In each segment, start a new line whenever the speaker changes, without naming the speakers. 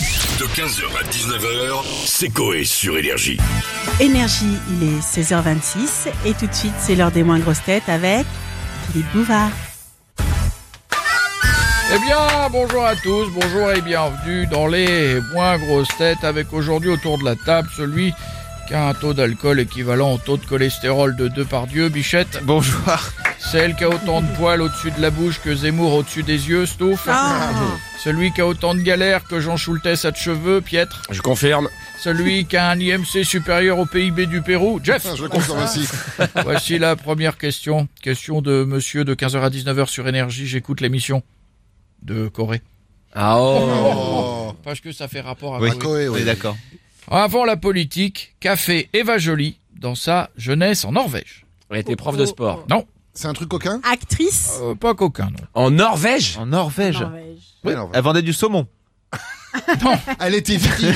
De 15h à 19h, c'est Coé sur Énergie.
Énergie, il est 16h26 et tout de suite c'est l'heure des moins grosses têtes avec Philippe Bouvard.
Eh bien, bonjour à tous, bonjour et bienvenue dans les moins grosses têtes avec aujourd'hui autour de la table celui qui a un taux d'alcool équivalent au taux de cholestérol de Depardieu, Bichette. Bonjour. Celle qui a autant de poils au-dessus de la bouche que Zemmour au-dessus des yeux, Stouff.
Ah.
Ah.
Celui qui a autant de galères que Jean Schultes a de cheveux, Piètre.
Je confirme.
Celui qui a un IMC supérieur au PIB du Pérou, Jeff.
Je le confirme aussi.
Voici la première question. Question de monsieur de 15h à 19h sur Énergie. J'écoute l'émission de Corée.
Ah
Oh,
Parce que ça fait rapport à
oui.
Corée.
Coé, oui.
d'accord.
Avant la politique, qu'a fait Eva Jolie dans sa jeunesse en Norvège
Elle était prof de sport.
Non,
C'est un truc coquin
Actrice
euh, pas coquin, non.
En Norvège
En Norvège.
Norvège.
Alors,
Elle vendait du saumon.
Elle était viking.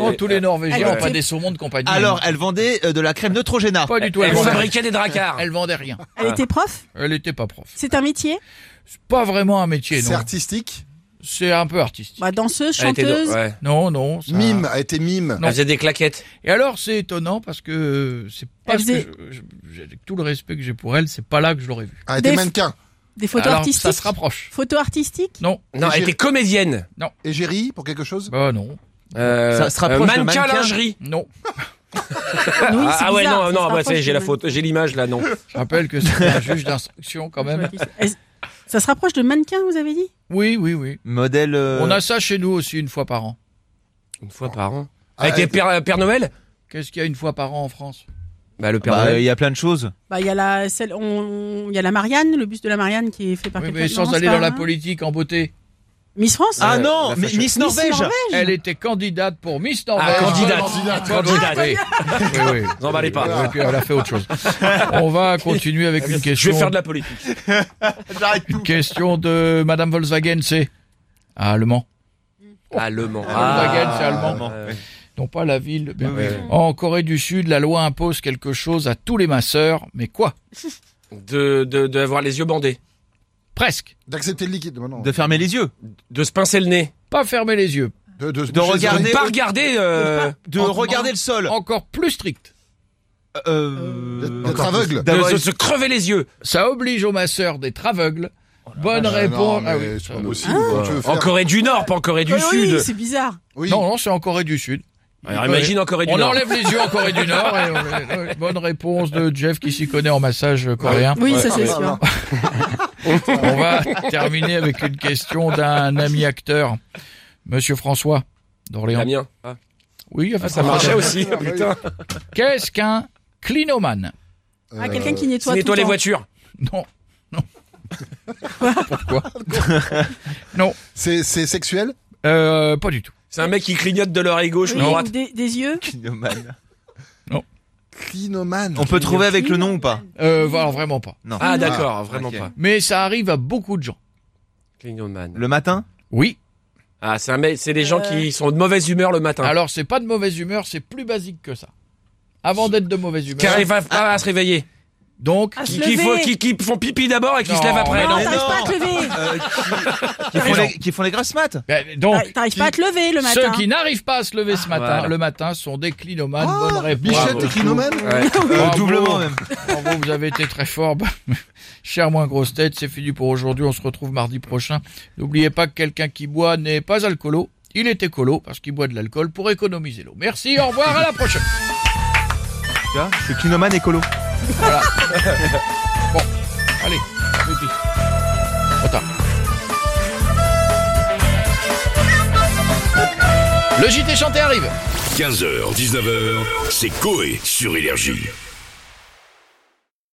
Oh, tous les Norvégiens
Elle
n'ont pas
était-
des saumons de compagnie.
euh, Alors, elle vendait euh, de la crème Neutrogena.
Pas du tout, elle,
Elle
vendait,
fabriquait des dracards.
elle vendait rien.
Elle était prof
Elle n'était pas prof.
C'est un métier
C'est pas vraiment un métier,
C'est
non.
artistique.
C'est un peu artistique.
bah, Danseuse,
Elle était
chanteuse
do- ouais.
Non, non. ça-
Mime, a été mime.
Non.
Elle faisait des claquettes.
Et alors, c'est étonnant parce que c'est pas
Elle
ce que je- je- avec tout le respect que j'ai pour elle, c'est pas là que je l'aurais vue.
A été
Des-
mannequin.
Des photos
alors,
artistiques
ça se rapproche.
Photos artistiques
Non,
Non,
J'ai-
elle était comédienne.
Égérie pour quelque chose
bah non,
Euh,
Ça se rapproche,
euh,
le
mannequin,
mannequin.
lingerie.
non.
Ah, oui,
ah,
c'est
ah ouais,
bizarre,
non,
ça se
non, bah,
rapproche
ça y est, j'ai
de
la
man-
photo, j'ai l'image là, non.
Je rappelle que c'est un juge d'instruction quand même.
Est-ce- Ça se rapproche de mannequin, vous avez dit
Oui, oui, oui.
Modèle. euh,
On a ça chez nous aussi une fois par an.
Une fois par an.
Ah,
Avec
elle-
des Père, euh, Père Noël
Qu'est-ce qu'il y a une fois par an en France
Bah, le
bah, Il
Père Noël.
y a plein de choses.
Bah, il y a la, celle, on, il y a la Marianne, le bus de la Marianne qui est fait par
Oui,
quelqu'un.
mais
Non,
sans
c'est
aller
pas
dans la
vrai.
politique en beauté.
Miss France.
Ah
Euh,
non,
la
mais
fashion-
Miss
Miss
Norvège.
Elle était candidate pour Miss Norvège.
Ah, candidate.
Candidate.
Candidate.
Oui, oui, oui.
Vous emballez pas.
Oui, puis elle a fait autre chose. On va continuer avec une
Je
question.
vais faire de la politique.
Une question de Madame Volkswagen, c'est Ah, allemand.
Allemand.
Volkswagen, c'est
Ah.
allemand.
Euh,
Non pas la ville. bien.
oui, oui.
En Corée du Sud, la loi impose quelque chose à tous les masseurs, mais quoi
De, de, de avoir les yeux bandés.
Presque.
D'accepter le liquide. Non, non.
De fermer les yeux.
De se pincer le nez.
Pas fermer les yeux.
De, de se
de
boucher
regarder-
les
De
oreilles.
pas regarder. euh,
De
En-
regarder le sol.
Encore plus strict.
Euh,
D'être
encore plus.
aveugle.
de
D'avoir
se,
une-
se crever les yeux.
Ça oblige aux masseurs d'être aveugles. Bonne
Ah,
réponse.
Non,
Ah
mais
oui.
c'est
Ah
pas
oui.
possible. Comment tu veux faire
En Corée du Nord, pas en Corée du
Ah oui,
Sud.
c'est bizarre.
Oui.
Non, non, c'est en Corée du Sud.
Alors imagine en Corée du
On
Nord.
enlève les yeux en Corée du Nord. et on- ouais, Bonne réponse de Jeff qui s'y connaît en massage coréen.
Oui, ça c'est
Ah,
sûr.
non.
On va terminer avec une question d'un ami acteur, Monsieur François d'Orléans.
Damien. Ah,
Oui, il a fait
ça
ça.
marchait aussi.
Ah,
Putain.
Qu'est-ce qu'un clinomane
Ah,
Euh,
quelqu'un qui
Tu
nettoie tout
nettoies
le
les
temps.
voitures.
Non, non. Pourquoi Non,
C'est c'est sexuel
euh, pas du tout.
C'est un mec qui clignote de l'oreille gauche ou
Oui,
de
ou
droite.
des, des yeux.
Kinoman.
Clinomane.
On peut trouver avec le nom ou pas
Euh, alors vraiment pas.
Non.
Ah d'accord, vraiment
ok.
pas.
Mais ça arrive à beaucoup de gens.
Clignoman.
Le matin
Oui.
Ah c'est un mec, c'est des gens
Euh.
qui sont de mauvaise humeur le matin.
Alors c'est pas de mauvaise humeur, c'est plus basique que ça. Avant d'être de mauvaise humeur.
Qui arrivent pas à se réveiller.
Donc,
À se
Qui, qui font-
lever.
qui- hein? qui font pipi d'abord et qui se
Non,
lèvent après.
Non,
Mais
t'arrives
non.
pas à te
Oh,
lever.
Euh, qui, qui font
raison.
les, qui font les grasses maths
ben, donc
T'arri- T'arrives pas à te lever Bah, le matin.
ceux qui n'arrivent pas à se lever ce matin,
voilà.
le matin, sont des clinomanes.
Oh,
Ah,
Bonne réponse.
Bichette
Bravo.
est clinomane
Ouais.
Euh,
Bravo.
Doublement même.
Bravo, vous avez été très fort. Cher moins grosse tête, c'est fini pour aujourd'hui. On se retrouve mardi prochain. N'oubliez pas que quelqu'un qui boit n'est pas alcoolo. Il est écolo parce qu'il boit de l'alcool pour économiser l'eau. Merci, au revoir, à la prochaine.
Tu vois, Hein, c'est Kinoman écolo.
Allez, petit. Trop tard. Le JT chanté arrive.
15h, 19h, c'est Coé sur Énergie.